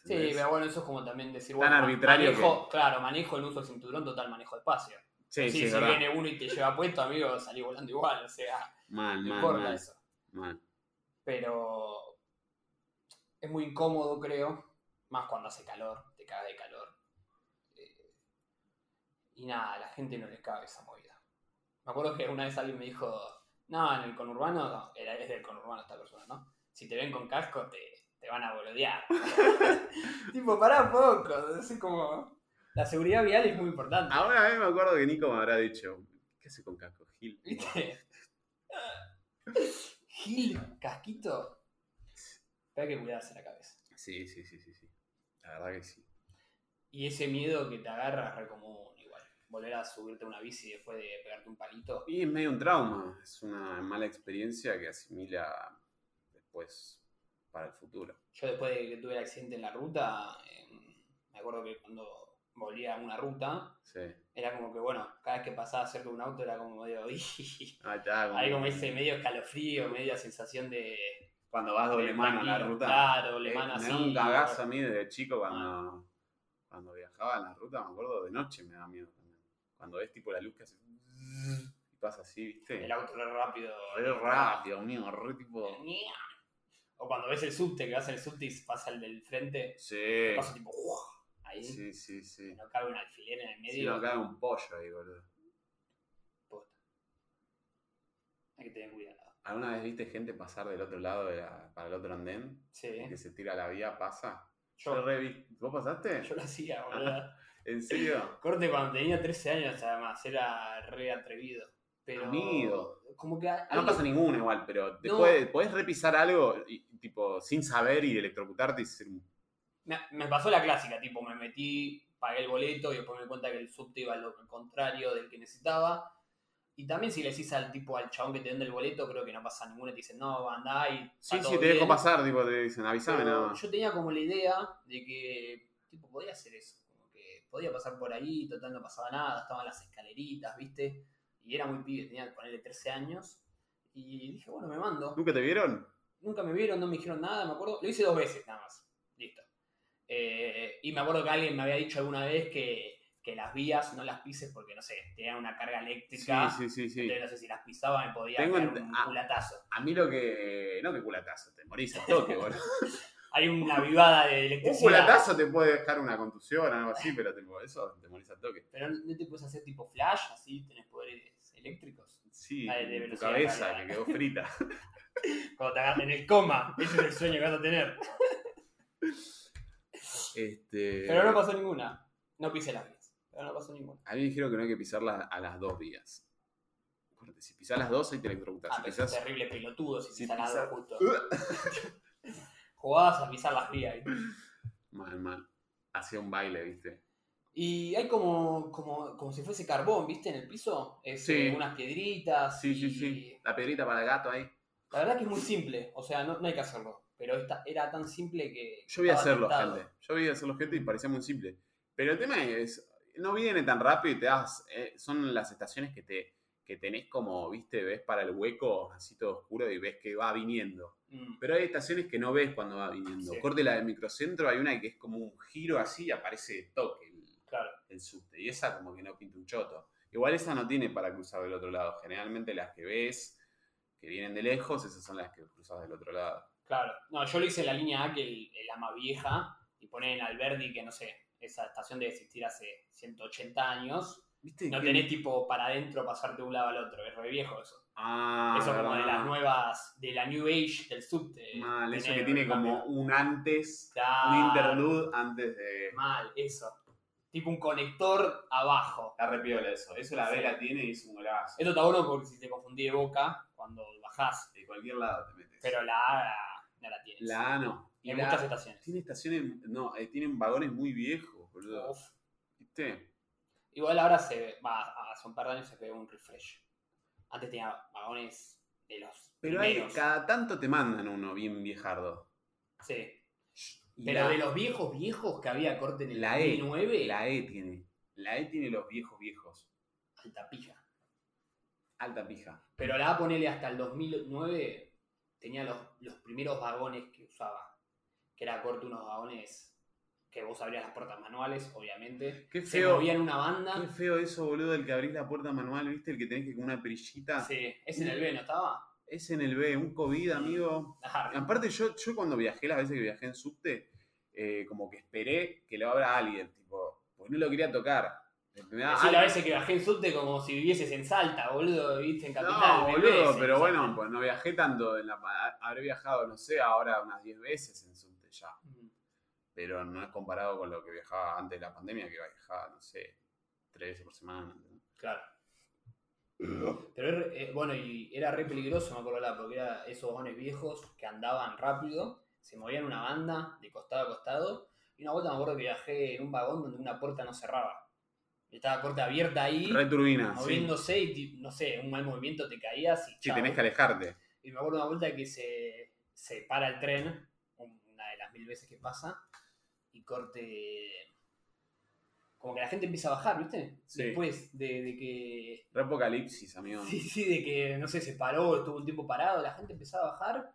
B: Sí,
A: ¿Entendés?
B: pero bueno, eso es como también decir,
A: Tan
B: bueno,
A: arbitrario
B: manejo, claro, manejo el uso del cinturón, total manejo espacio.
A: sí,
B: sí,
A: sí, es
B: si
A: verdad.
B: viene uno y te lleva puesto, amigo, salí volando igual, o sea,
A: Mal,
B: no
A: mal,
B: importa
A: mal,
B: eso.
A: mal.
B: Pero es muy incómodo, creo, más cuando hace calor, te caga de calor. Eh, y nada, a la gente no le cabe esa movida. Me acuerdo que una vez alguien me dijo, no, en el conurbano, no, era, es del conurbano esta persona, ¿no? Si te ven con casco, te, te van a bolodear. [LAUGHS] tipo, pará poco, es como... La seguridad vial es muy importante.
A: Ahora a mí me acuerdo que Nico me habrá dicho, ¿qué hace con casco, Gil?
B: ¿Viste? [LAUGHS] Gil, casquito. Pero hay que cuidarse la cabeza.
A: Sí, sí, sí, sí, sí. La verdad que sí.
B: Y ese miedo que te agarra es re común, igual. Volver a subirte a una bici después de pegarte un palito.
A: Y es medio un trauma, es una mala experiencia que asimila después para el futuro.
B: Yo después de que tuve el accidente en la ruta, em, me acuerdo que cuando volvía a una ruta,
A: Sí.
B: era como que, bueno, cada vez que pasaba cerca de un auto era como medio... [LAUGHS] "Ih".
A: Ahí está,
B: Ahí como ese medio escalofrío, media sensación de...
A: cuando vas doble
B: de
A: mano en la
B: tranquilo,
A: ruta.
B: Claro, doble
A: Eh,
B: mano
A: me
B: así. Ah.
A: da un cagazo a mí desde chico cuando, cuando viajaba en la ruta, me acuerdo, de noche me da miedo también. Cuando ves tipo la luz que hace y pasa así, ¿viste?
B: El auto re rápido.
A: Re rápido, mío, re tipo...
B: O cuando ves el subte, que vas en el subte y pasa el del frente,
A: Sí,
B: pasa tipo ¡guau! ahí,
A: sí, sí,
B: que
A: sí.
B: no cabe un alfiler en el medio.
A: Si no cae un pollo ahí, boludo.
B: Posta. Hay que tener cuidado.
A: ¿Alguna vez viste gente pasar del otro lado de la- para el otro andén?
B: Sí, ¿eh?
A: Que se tira a la vía, pasa. Yo
B: yo,
A: re vi- ¿Vos pasaste?
B: yo lo hacía, boludo.
A: ¿En serio?
B: Corte cuando tenía 13 años, además, era re atrevido. Pero.
A: Amigo.
B: Como que. a-
A: No pasa ninguna igual, pero después podés repisar algo y, tipo sin saber y electrocutarte y ser un
B: Ah, Me, me pasó la clásica, tipo, me metí, pagué el boleto y después me di cuenta que el subte iba lo contrario del que necesitaba. Y también si le decís al tipo, al chabón que te vende el boleto, creo que no pasa ninguna y te dicen, no, andá y. está
A: Sí,
B: todo
A: sí, te dejo
B: bien".
A: pasar, tipo, te dicen,
B: Pero
A: avísame nada más.
B: Yo tenía como la idea de que, tipo, podía hacer eso, como que podía pasar por ahí, total no pasaba nada, estaban las escaleritas, viste. Y era muy pibe, tenía que ponerle 13 años. Y dije, bueno, me mando.
A: ¿Nunca te vieron?
B: Nunca me vieron, no me dijeron nada, me acuerdo. Lo hice dos veces nada más. Listo. Eh, y me acuerdo que alguien me había dicho alguna vez que, que las vías no las pises porque, no sé, tenían una carga eléctrica.
A: Sí, sí, sí, sí.
B: Entonces, no sé si las pisaba me podía
A: Tengo
B: pegar
A: ent-
B: un
A: ah.
B: culatazo. [LAUGHS]
A: A mí lo que. No, que culatazo, te morís al toque, boludo.
B: hay una vivada de
A: Un
B: electricidad.
A: culatazo te puede dejar una contusión o algo así, pero tipo, eso te morís al toque.
B: Pero no te puedes hacer tipo flash, así tenés poderes eléctricos.
A: Sí,
B: Ah, de
A: tu
B: velocidad,
A: cabeza
B: claro.
A: que quedó frita.
B: [LAUGHS] Cuando te agarran en el coma, ese es el sueño que vas a tener.
A: Eh, Este,
B: Pero no pasó ninguna. No pisé las vías. Pero no pasó ninguna.
A: A mí me dijeron que no hay que pisarla a las dos vías. Porque si pisás las dos, ahí te electrocutas.
B: Ah,
A: si
B: pero
A: pisás-
B: es terrible pelotudo si
A: si Uh.
B: pisas las
A: pisas-
B: dos justo. [LAUGHS] Jugabas a pisar las vías. ¿viste?
A: Mal, mal. Hacía un baile, ¿viste?
B: Y hay como, como, como si fuese carbón, ¿viste? En el piso. Es,
A: Sí.
B: eh, unas piedritas.
A: Sí, sí,
B: y-
A: sí. La piedrita para el gato ahí.
B: La verdad que es muy simple. O sea, no, no hay que hacerlo. Pero esta era tan simple que.
A: Yo voy a
B: estaba
A: hacerlo,
B: tentado.
A: gente. Yo voy a hacerlo, gente, y parecía muy simple. Pero el tema es, no viene tan rápido y te das. eh, son las estaciones que te que tenés como, viste, ves para el hueco así todo oscuro y ves que va viniendo.
B: Mm.
A: Pero hay estaciones que no ves cuando va viniendo.
B: Sí.
A: Corte la del microcentro, hay una que es como un giro así y aparece de toque el,
B: Claro.
A: el subte. Y esa como que no pinta un choto. Igual esa no tiene para cruzar del otro lado. Generalmente las que ves, que vienen de lejos, esas son las que cruzas del otro lado.
B: Claro. No, yo lo hice en la línea A, que el, el ama vieja, y poner en Alberdi, que no sé, esa estación debe existir hace 180 años.
A: ¿Viste?
B: No
A: que-
B: tenés tipo para adentro pasarte de un lado al otro, es re viejo eso.
A: Ah,
B: eso como de
A: verdad.
B: las nuevas, de la New Age del subte.
A: Mal, eso
B: tener Ah.
A: que tiene
B: un
A: como
B: cambio.
A: un antes, un
B: Claro,
A: interlude antes de.
B: Mal, eso. Tipo un conector abajo.
A: La repiola eso. Eso la
B: Sí.
A: vela tiene y es un golazo.
B: Esto está bueno porque si te confundí de boca cuando bajás,
A: De cualquier lado te metes.
B: pero la A no la tienes.
A: la A no.
B: y
A: La-
B: en muchas estaciones.
A: Tiene estaciones. No, eh, tienen vagones muy viejos, boludo.
B: Uf.
A: ¿Viste?
B: Igual ahora se ve, va, hace un par de años se ve un refresh. Antes tenía vagones de los
A: Pero hay,
B: primeros.
A: cada tanto te mandan uno bien viejardo.
B: Sí.
A: Y
B: Pero
A: la,
B: de los viejos viejos que había corte en el
A: La E,
B: 2009,
A: la E tiene. La E tiene los viejos viejos.
B: alta pija.
A: Alta pija.
B: Pero la A ponele hasta el 2009 tenía los, los primeros vagones que usaba. Que era corte unos vagones que vos abrías las puertas manuales, obviamente.
A: Qué
B: Se
A: feo.
B: movían una
A: Qué
B: banda.
A: feo eso, boludo, el que abrís la puerta manual, ¿viste? El que tenés que con una perillita.
B: Sí, ese en el B no estaba.
A: Es en el B, un COVID, amigo.
B: Ajá.
A: Aparte, yo, yo cuando viajé, las veces que viajé en subte, eh, como que esperé que lo abra alguien, tipo, pues no lo quería tocar. Me da-
B: Decí la veces que bajé en subte como si vivieses en Salta, boludo, viviste en Capital.
A: no,
B: mil
A: boludo,
B: veces,
A: pero
B: o sea.
A: bueno, pues no viajé tanto. En la, pa- habré viajado, no sé, ahora unas 10 veces en subte ya.
B: Mm,
A: Pero no es comparado con lo que viajaba antes de la pandemia, que viajaba, no sé, tres veces por semana.
B: Claro. Pero es re- eh, bueno, y era re peligroso, me acuerdo, la- porque era esos vagones viejos que andaban rápido, se movían una banda de costado a costado. Y una vuelta me acuerdo que viajé en un vagón donde una puerta no cerraba. Y estaba la puerta abierta ahí,
A: Returbina, sí.
B: moviéndose y ti- no sé, un mal movimiento te caías y
A: Sí,
B: chao.
A: tenés que alejarte.
B: Y me acuerdo una vuelta que se, se para el tren, una de las mil veces que pasa, y corte. Como que la gente empieza a bajar, ¿viste?
A: Sí.
B: Después de, de que. [LAUGHS]
A: Reapocalipsis, amigo.
B: Sí, sí, de que, no sé, se paró, estuvo un tiempo parado, la gente empezaba a bajar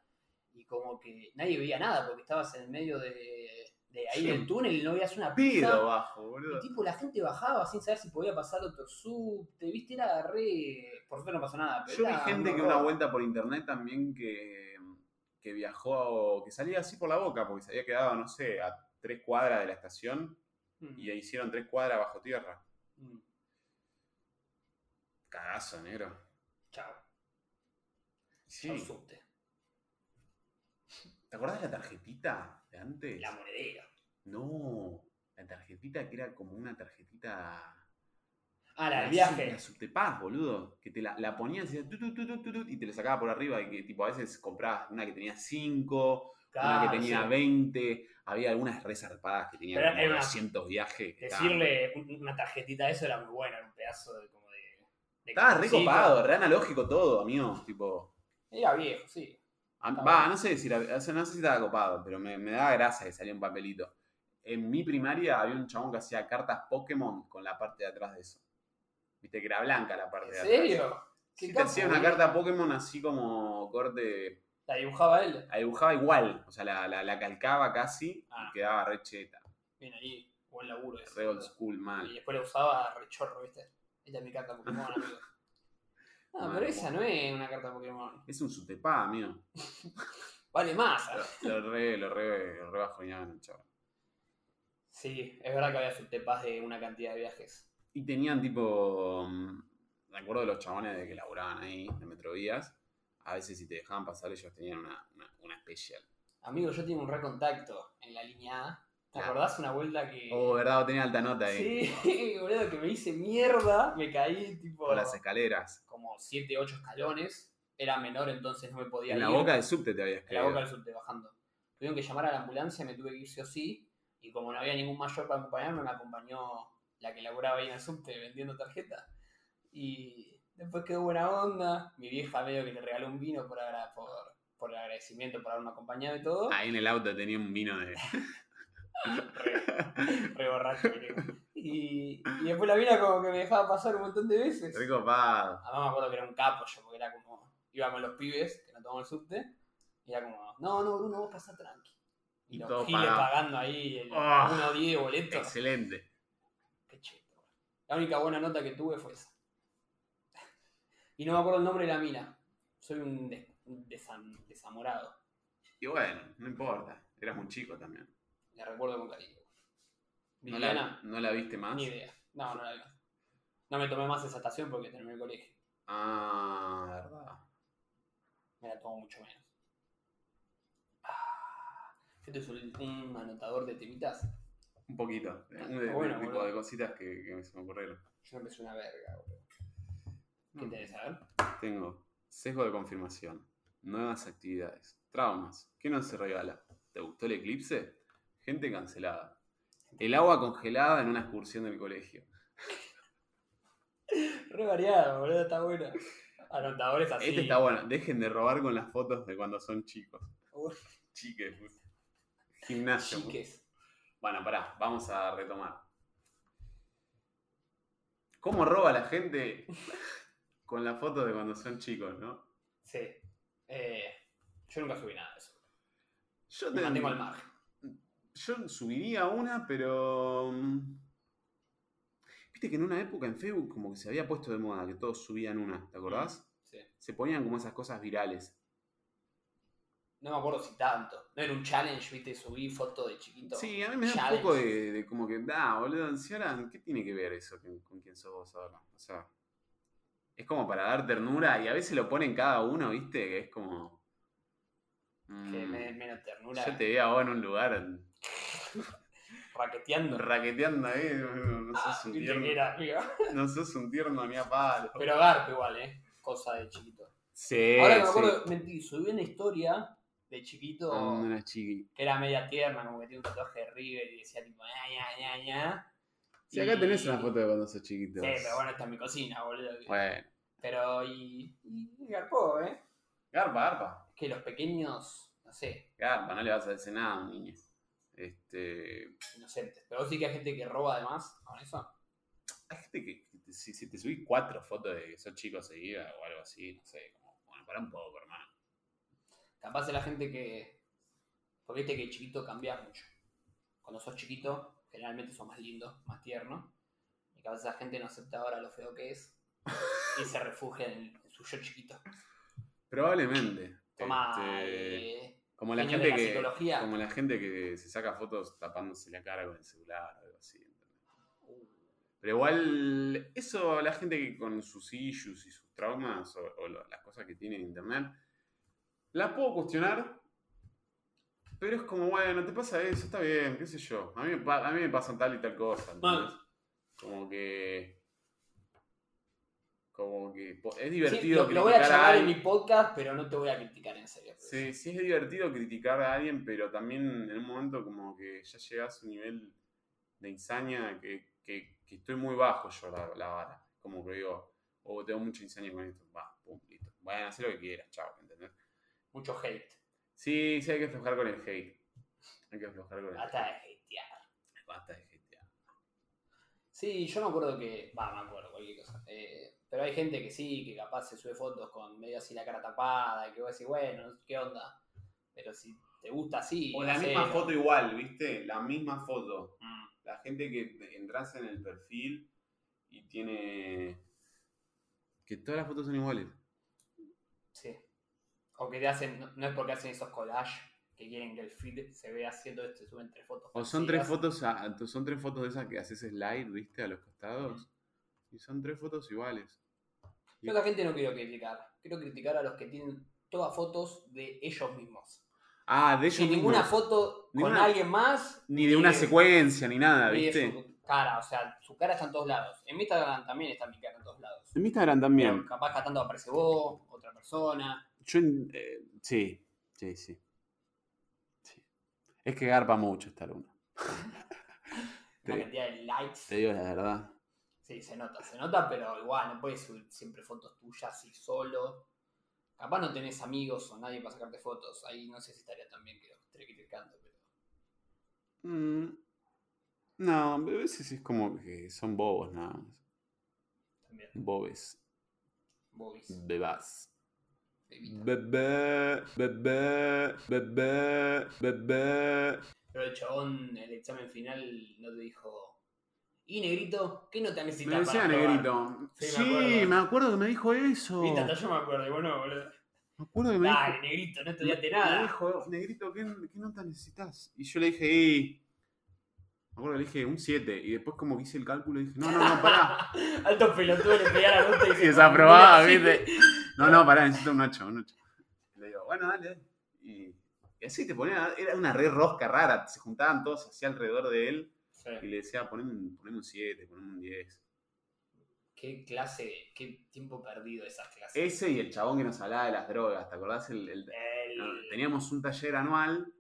B: y como que nadie veía nada porque estabas en el medio de, de ahí
A: Sí.
B: del túnel y no veías una
A: Pido
B: pizza.
A: bajo, boludo.
B: Y tipo, la gente bajaba sin saber si podía pasar otro subte, ¿viste? Era re. Por suerte no pasó nada. Pero
A: Yo vi
B: era
A: gente
B: un
A: que una
B: horror.
A: vuelta por internet también que, que viajó, que salía así por la boca, porque se había quedado, no sé, a tres cuadras de la estación
B: Mm,
A: y hicieron tres cuadras bajo tierra.
B: mm,
A: Cagazo, negro.
B: Chao.
A: Sí.
B: chao, subte.
A: ¿Te acordás de la tarjetita de antes?
B: La monedera.
A: No, la tarjetita que era como una tarjetita.
B: Ah, la del
A: La
B: viaje.
A: subtepaz, boludo. Que te la, la ponías y, hacías tu, tu, tu, tu, tu, tu, y te la sacaba por arriba. Y que tipo, a veces comprabas una que tenía cinco, Una
B: Claro,
A: que tenía
B: sí.
A: 20, había algunas resarpadas que tenían
B: Pero
A: como
B: era una-
A: 200 viajes. que estaban-
B: Decirle un- una tarjetita a eso era muy bueno, era un pedazo de como de. de
A: Estaba re
B: cartoncito.
A: copado, re analógico todo, amigo. Tipo,
B: Era viejo, sí.
A: a-
B: Está
A: Ah, va,
B: bueno.
A: no sé, si la- o sea, no sé si estaba copado, pero me, me daba grasa que salía un papelito. En mi primaria había un chabón que hacía cartas Pokémon con la parte de atrás de eso. Viste que era blanca la parte
B: ¿En
A: de atrás.
B: serio? ¿Qué
A: Sí, te
B: capo,
A: hacía una
B: boludo?
A: carta Pokémon así como corte.
B: La dibujaba él.
A: La dibujaba igual, o sea, la, la- la calcaba casi
B: Ah.
A: y quedaba re cheta,
B: Bien ahí, buen laburo ese.
A: re old school, mal.
B: Y después la usaba rechorro, ¿viste? Esta es mi carta Pokémon, amigo.
A: [LAUGHS]
B: No,
A: Mal,
B: pero esa no es una carta Pokémon.
A: Es un sutepá, amigo.
B: Vale más.
A: Lo, lo re, lo re, lo re bajoneaban, chaval.
B: Sí, es verdad que había subtepas de una cantidad de viajes.
A: Y tenían tipo. mm, Me acuerdo de los chabones de que laburaban ahí de Metrovías. A veces si te dejaban pasar, ellos tenían una, una, una especial.
B: Amigo, yo tengo un recontacto en la línea A. ¿Te
A: Ah.
B: acordás una vuelta que.
A: Oh, verdad, tenía alta nota ahí.
B: sí, [LAUGHS] boludo, que me hice mierda. Me caí tipo
A: Por las escaleras.
B: como 7, 8 escalones. Era menor, entonces no me podía
A: En la
B: ir.
A: boca del subte te habías
B: En la boca
A: caído.
B: del subte bajando. Tuvieron que llamar a la ambulancia, me tuve que ir sí o sí. Y como no había ningún mayor para acompañarme, me acompañó la que laburaba ahí en el subte vendiendo tarjeta. Y después quedó buena onda. Mi vieja medio que le regaló un vino por, agra- por, por el agradecimiento por haberme acompañado y todo.
A: Ahí en el auto tenía un vino
B: [LAUGHS]
A: de.
B: Re,
A: [LAUGHS]
B: re borracho. que era. y, y después la mina como que me dejaba pasar un montón de veces.
A: Rico pa.
B: Además me acuerdo que era un capo yo, porque era como, iba con los pibes que no tomamos el subte, y era como, no, no, Bruno, vos pasá tranqui. Y,
A: Y
B: los
A: todo
B: giles
A: pagado.
B: pagando ahí el
A: Ah.
B: 1 o 10 boletos.
A: Excelente.
B: Qué cheto. boludo. La única buena nota que tuve fue esa. [LAUGHS] Y no me acuerdo el nombre de la mina. Soy un, des- un desam- desamorado.
A: Y bueno, no importa. Eras muy chico también.
B: La recuerdo con cariño.
A: ¿No
B: Viviana,
A: la, no la viste más?
B: ni idea. No, no la vi. No me tomé más esa estación porque terminé el colegio.
A: Ah, verdad.
B: Me la tomo mucho menos. Ah, Este es un, un anotador de temitas.
A: Un poquito.
B: Ah,
A: Un de-
B: bueno,
A: un tipo
B: boludo.
A: de cositas que, que se me ocurrieron.
B: Yo no empecé una verga, boludo. ¿Qué
A: Mm.
B: tenés? A ver.
A: Tengo sesgo de confirmación, nuevas actividades, traumas, ¿qué no se regala? ¿Te gustó el eclipse? Gente cancelada. El agua congelada en una excursión del colegio.
B: Re variado, boludo, está buena. Anotadores así.
A: Este está bueno. Dejen de robar con las fotos de cuando son chicos.
B: Uy.
A: Chiques. Gimnasio. pues.
B: Chiques.
A: Bueno, pará, vamos a retomar. ¿Cómo roba la gente con las fotos de cuando son chicos, no?
B: Sí. Eh, yo nunca subí nada de eso.
A: Yo
B: Me
A: te-
B: mantengo al margen.
A: Yo subiría una, pero. mm, Viste que en una época en Facebook como que se había puesto de moda que todos subían una, ¿te acordás?
B: Sí.
A: Se ponían como esas cosas virales.
B: No me acuerdo si tanto. No era un challenge, viste, subí foto de chiquito.
A: Sí, a mí me da
B: Challenge.
A: un poco de, de como que, da, boludo, si ahora, ¿qué tiene que ver eso con, con quién sos vos ahora? O sea, es como para dar ternura y a veces lo ponen cada uno, ¿viste? Que es como. mm,
B: Que me, menos ternura.
A: yo te veo a vos en un lugar
B: Raqueteando.
A: raqueteando ahí, [LAUGHS] no, no
B: Ah,
A: sos un
B: viste
A: tierno.
B: que era, amigo.
A: No sos un tierno ni a palo.
B: Pero garpe igual, eh. Cosa de chiquito.
A: Sí,
B: Ahora que me
A: Eh, sí.
B: acuerdo, mentí, subí una historia de chiquito
A: Cuando era chiqui.
B: que era media tierna, como que tiene un tatuaje de River y decía tipo, ña, ña, ña, ña.
A: Sí, acá
B: Y-
A: tenés una foto de cuando sos chiquito.
B: Sí, pero bueno, está en mi cocina, boludo.
A: Bueno.
B: Pero, y, y garpó, ¿eh?
A: Garpa, garpa.
B: Que los pequeños, no sé,
A: Garpa, no le vas a decir nada a un niño. Este.
B: inocentes. Pero vos sí que hay gente que roba además con eso.
A: Hay gente que, que te- si, si te subís cuatro fotos de que sos chico seguida o algo así, no sé, como, bueno, pará un poco, hermano.
B: Capaz es la gente que. Porque viste que chiquito cambias mucho. Cuando sos chiquito, generalmente sos más lindo, más tierno. Y capaz la gente no acepta ahora lo feo que es. Y se refugia en, en su yo chiquito.
A: Este, Probablemente.
B: Toma.
A: Este,
B: eh,
A: como la
B: genio
A: gente
B: de la
A: que.
B: psicología.
A: Como la gente que se saca fotos tapándose la cara con el celular o algo así. ¿entendés?
B: uh,
A: Pero igual, eso, la gente que con sus issues y sus traumas o, o lo- las cosas que tiene en internet, la puedo cuestionar, pero es como, bueno, te pasa eso, está bien, qué sé yo. A mí, me pa- a mí me pasan tal y tal cosa. ¿entendés?
B: Mal.
A: Como que. Como que. po- Es
B: Sí,
A: divertido
B: lo, lo voy a
A: criticar a
B: charlar en mi
A: alguien.
B: podcast, pero no te voy a criticar en serio.
A: Sí, sí, es divertido criticar a alguien, pero también en un momento como que ya llegas a un nivel de insania que, que- que estoy muy bajo yo la, la vara. Como que digo, oh, tengo mucha insania con esto. Va, pum, listo. Vayan a hacer lo que quieras, chao, ¿entendés?
B: Mucho hate.
A: Sí, sí, hay que aflojar con el hate. Hay que aflojar con el
B: Hasta de
A: hate.
B: hatear.
A: Basta de hatear.
B: Sí, yo me acuerdo que. Va, me acuerdo, cualquier cosa. Eh, pero hay gente que sí, que capaz se sube fotos con medio así la cara tapada, y que vos decís, bueno, ¿qué onda? Pero si te gusta así.
A: O la
B: no sé,
A: misma
B: lo-
A: foto igual, ¿viste? La misma foto.
B: Mm.
A: la gente que entras en el perfil y tiene que todas las fotos son iguales.
B: Sí. O que te hacen, no, no es porque hacen esos collages que quieren que el feed se vea haciendo esto, suben tres fotos.
A: O son tres
B: parecidas.
A: fotos, a- son tres fotos de esas que haces slide, viste, a los costados. Y son tres fotos iguales.
B: Yo a la gente no quiero criticar. Quiero criticar a los que tienen todas fotos de ellos mismos.
A: Ah, de ellos
B: Sin ninguna
A: mismos.
B: foto con
A: Ninguna-
B: alguien más.
A: Ni de una
B: ni-
A: secuencia, ni nada,
B: ni de
A: Ah, viste.
B: su cara, o sea, su cara está en todos lados. En mi Instagram también está mi cara en todos lados.
A: En mi Instagram también.
B: Pero capaz cada tanto aparece vos, otra persona.
A: Yo, eh, sí, sí, sí, Sí. Es que garpa mucho esta luna.
B: Una
A: te,
B: cantidad de likes.
A: te digo la verdad.
B: Sí, se nota, se nota, pero igual no puedes subir siempre fotos tuyas y solo. Capaz no tenés amigos o nadie para sacarte fotos. Ahí no sé si estaría tan bien que lo esté criticando, pero.
A: Mm, No, a veces es como que son bobos nada más.
B: También.
A: Bobes, Mm.
B: Bobis.
A: bebás.
B: bebita.
A: Bebé, bebé, bebé, bebé.
B: Pero el chabón en el examen final no te dijo. ¿Y negrito? ¿Qué nota necesitas?
A: Me decía
B: para aprobar?"
A: negrito.
B: Sí, me
A: Sí,
B: acuerdo.
A: me acuerdo que me dijo eso.
B: Viste, hasta yo me acuerdo, y bueno, boludo.
A: Me acuerdo que me dijo.
B: Dale, negrito, no estudiaste
A: Me
B: nada.
A: dijo, negrito, ¿qué, qué nota necesitas? Y yo le dije, y... Me acuerdo que le dije un 7. Y después como que hice el cálculo y dije, no, no, no, pará.
B: [LAUGHS] Alto pelotudo le pegaba la nota y
A: Y
B: se
A: desaprobaba,
B: Sí.
A: viste. No, no, pará, necesito un 8, un 8. Le digo, bueno, dale, dale. Y, y así te ponía, era una re rosca rara. Se juntaban todos así alrededor de él y
B: Sí.
A: le decía, poneme un, poneme un 7, poneme un 10.
B: Qué clase, qué tiempo perdido esas clases.
A: Ese y el chabón que nos hablaba de las drogas, ¿te acordás? El, el-
B: El-
A: teníamos un taller anual.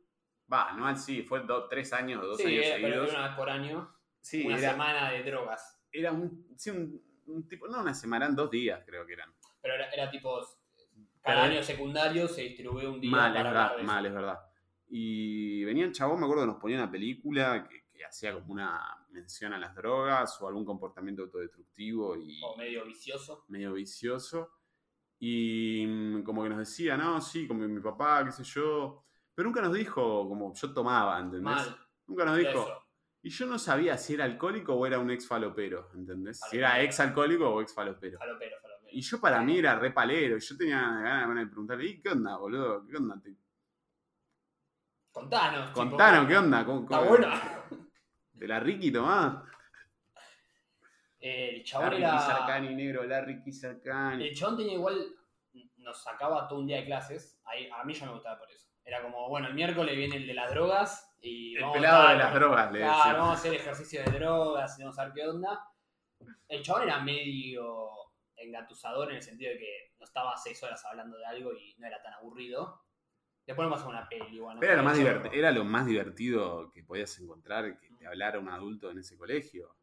A: Va, anual sí, fue do- tres años o dos
B: sí,
A: años
B: era- pero
A: seguidos.
B: era una vez por año,
A: Sí,
B: una
A: era,
B: semana de drogas.
A: era un, sí, un- un tipo, no una semana, eran dos días creo que eran.
B: Pero era, era tipo, cada
A: Pero-
B: año secundario se distribuía un día
A: mal, es
B: para
A: verdad,
B: hablar de eso.
A: mal, es verdad. Y venía el chabón, me acuerdo, nos ponía una película que, que hacía como una mención a las drogas o algún comportamiento autodestructivo y
B: O medio vicioso.
A: medio vicioso. Y mm, como que nos decía, no, sí, como mi papá, qué sé yo. Pero nunca nos dijo, como yo tomaba, ¿entendés?
B: Mal.
A: Nunca nos dijo.
B: Eso.
A: Y yo no sabía si era alcohólico o era un ex falopero, ¿entendés? Si era
B: Falopero.
A: ex alcohólico o ex falopero.
B: Falopero, falopero.
A: Y yo para mí era re palero. y Yo tenía ganas ganas de preguntarle, "¿Y qué onda, boludo? ¿Qué onda? Te-
B: Contanos. tipo,
A: Contanos, ¿qué onda? ¿Cómo-
B: Está
A: cómo-
B: bueno.
A: ¿De la Ricky tomás?
B: El chabón
A: Larry
B: era...
A: Kizarcani, negro, Larry Kizarcani.
B: El chabón tenía igual... Nos sacaba todo un día de clases. Ahí- A mí ya me gustaba por eso. Era como, bueno, el miércoles viene el de las drogas. Y
A: El
B: vamos a
A: pelado de
B: estar
A: las
B: con-
A: drogas, le
B: Claro,
A: decía.
B: vamos a hacer ejercicio de drogas y vamos a ver qué onda. El chabón era medio engatusador en el sentido de que no estaba seis horas hablando de algo y no era tan aburrido. Después nos pasó una peli, bueno.
A: Era lo, más
B: de hecho,
A: diverti- era lo más divertido que podías encontrar que te hablara un adulto en ese colegio.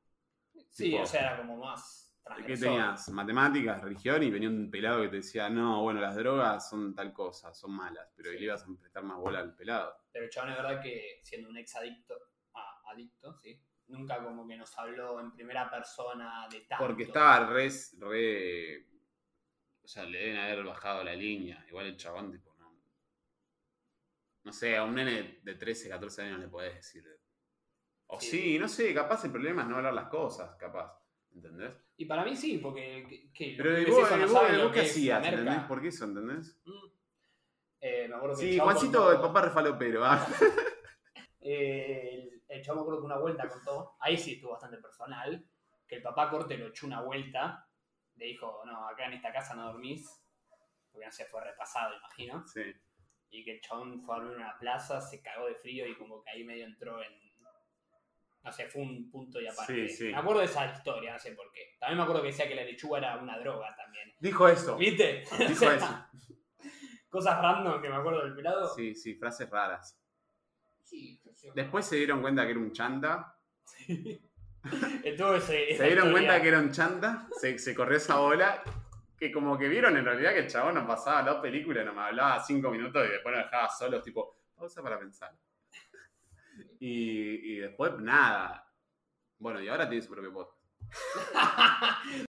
B: Sí,
A: tipo-
B: o sea, era como más
A: ¿Qué
B: transgresor.
A: tenías? Matemáticas, religión y venía un pelado que te decía, no, bueno, las drogas son tal cosa, son malas, pero
B: Sí.
A: le ibas a prestar más bola al pelado.
B: Pero el chabón es verdad que siendo un ex adicto, ah, adicto, sí, nunca como que nos habló en primera persona de tanto.
A: Porque estaba re, re. O sea, le deben haber bajado la línea. Igual el chabón, tipo, no. No sé, a un nene de 13, 14 años le podés decir. O
B: Sí.
A: sí, no sé, capaz el problema es no hablar las cosas, capaz. ¿Entendés?
B: Y para mí sí, porque que- que los
A: Pero ¿y
B: pibes
A: vos,
B: esos
A: y
B: no
A: vos-
B: saben
A: y
B: lo
A: vos
B: que
A: qué
B: es la
A: hacías,
B: merca.
A: ¿entendés? ¿Por qué eso, entendés?
B: Mm. Eh, me acuerdo que el
A: Sí,
B: chabón
A: Juancito,
B: contó-
A: el papá refalopero. ah. [LAUGHS]
B: Eh, el, el chavo me acuerdo que una vuelta contó, ahí sí estuvo bastante personal, que el papá corte lo echó una vuelta, le dijo, no, acá en esta casa no dormís, porque no se fue repasado, imagino,
A: Sí.
B: y que el chabón fue a dormir a una plaza, se cagó de frío y como que ahí medio entró en... No sé, fue un punto y aparte.
A: Sí, sí.
B: Me acuerdo de esa historia, no sé por qué. También me acuerdo que decía que la lechuga era una droga también.
A: Dijo eso.
B: ¿Viste? O
A: Dijo [LAUGHS]
B: sea,
A: eso.
B: Cosas random que me acuerdo del pelado.
A: Sí, sí, frases raras.
B: Sí, yo sé.
A: Después se dieron cuenta que era un chanta.
B: Estuvo ese- esa
A: Se dieron
B: historia.
A: cuenta que era un chanta, se, se corrió esa bola, que como que vieron en realidad que el chabón nos pasaba dos películas, nos hablaba cinco minutos y después nos dejaba solos, tipo, pausa para pensar. Y, y después nada. Bueno, y ahora tiene su propio podcast.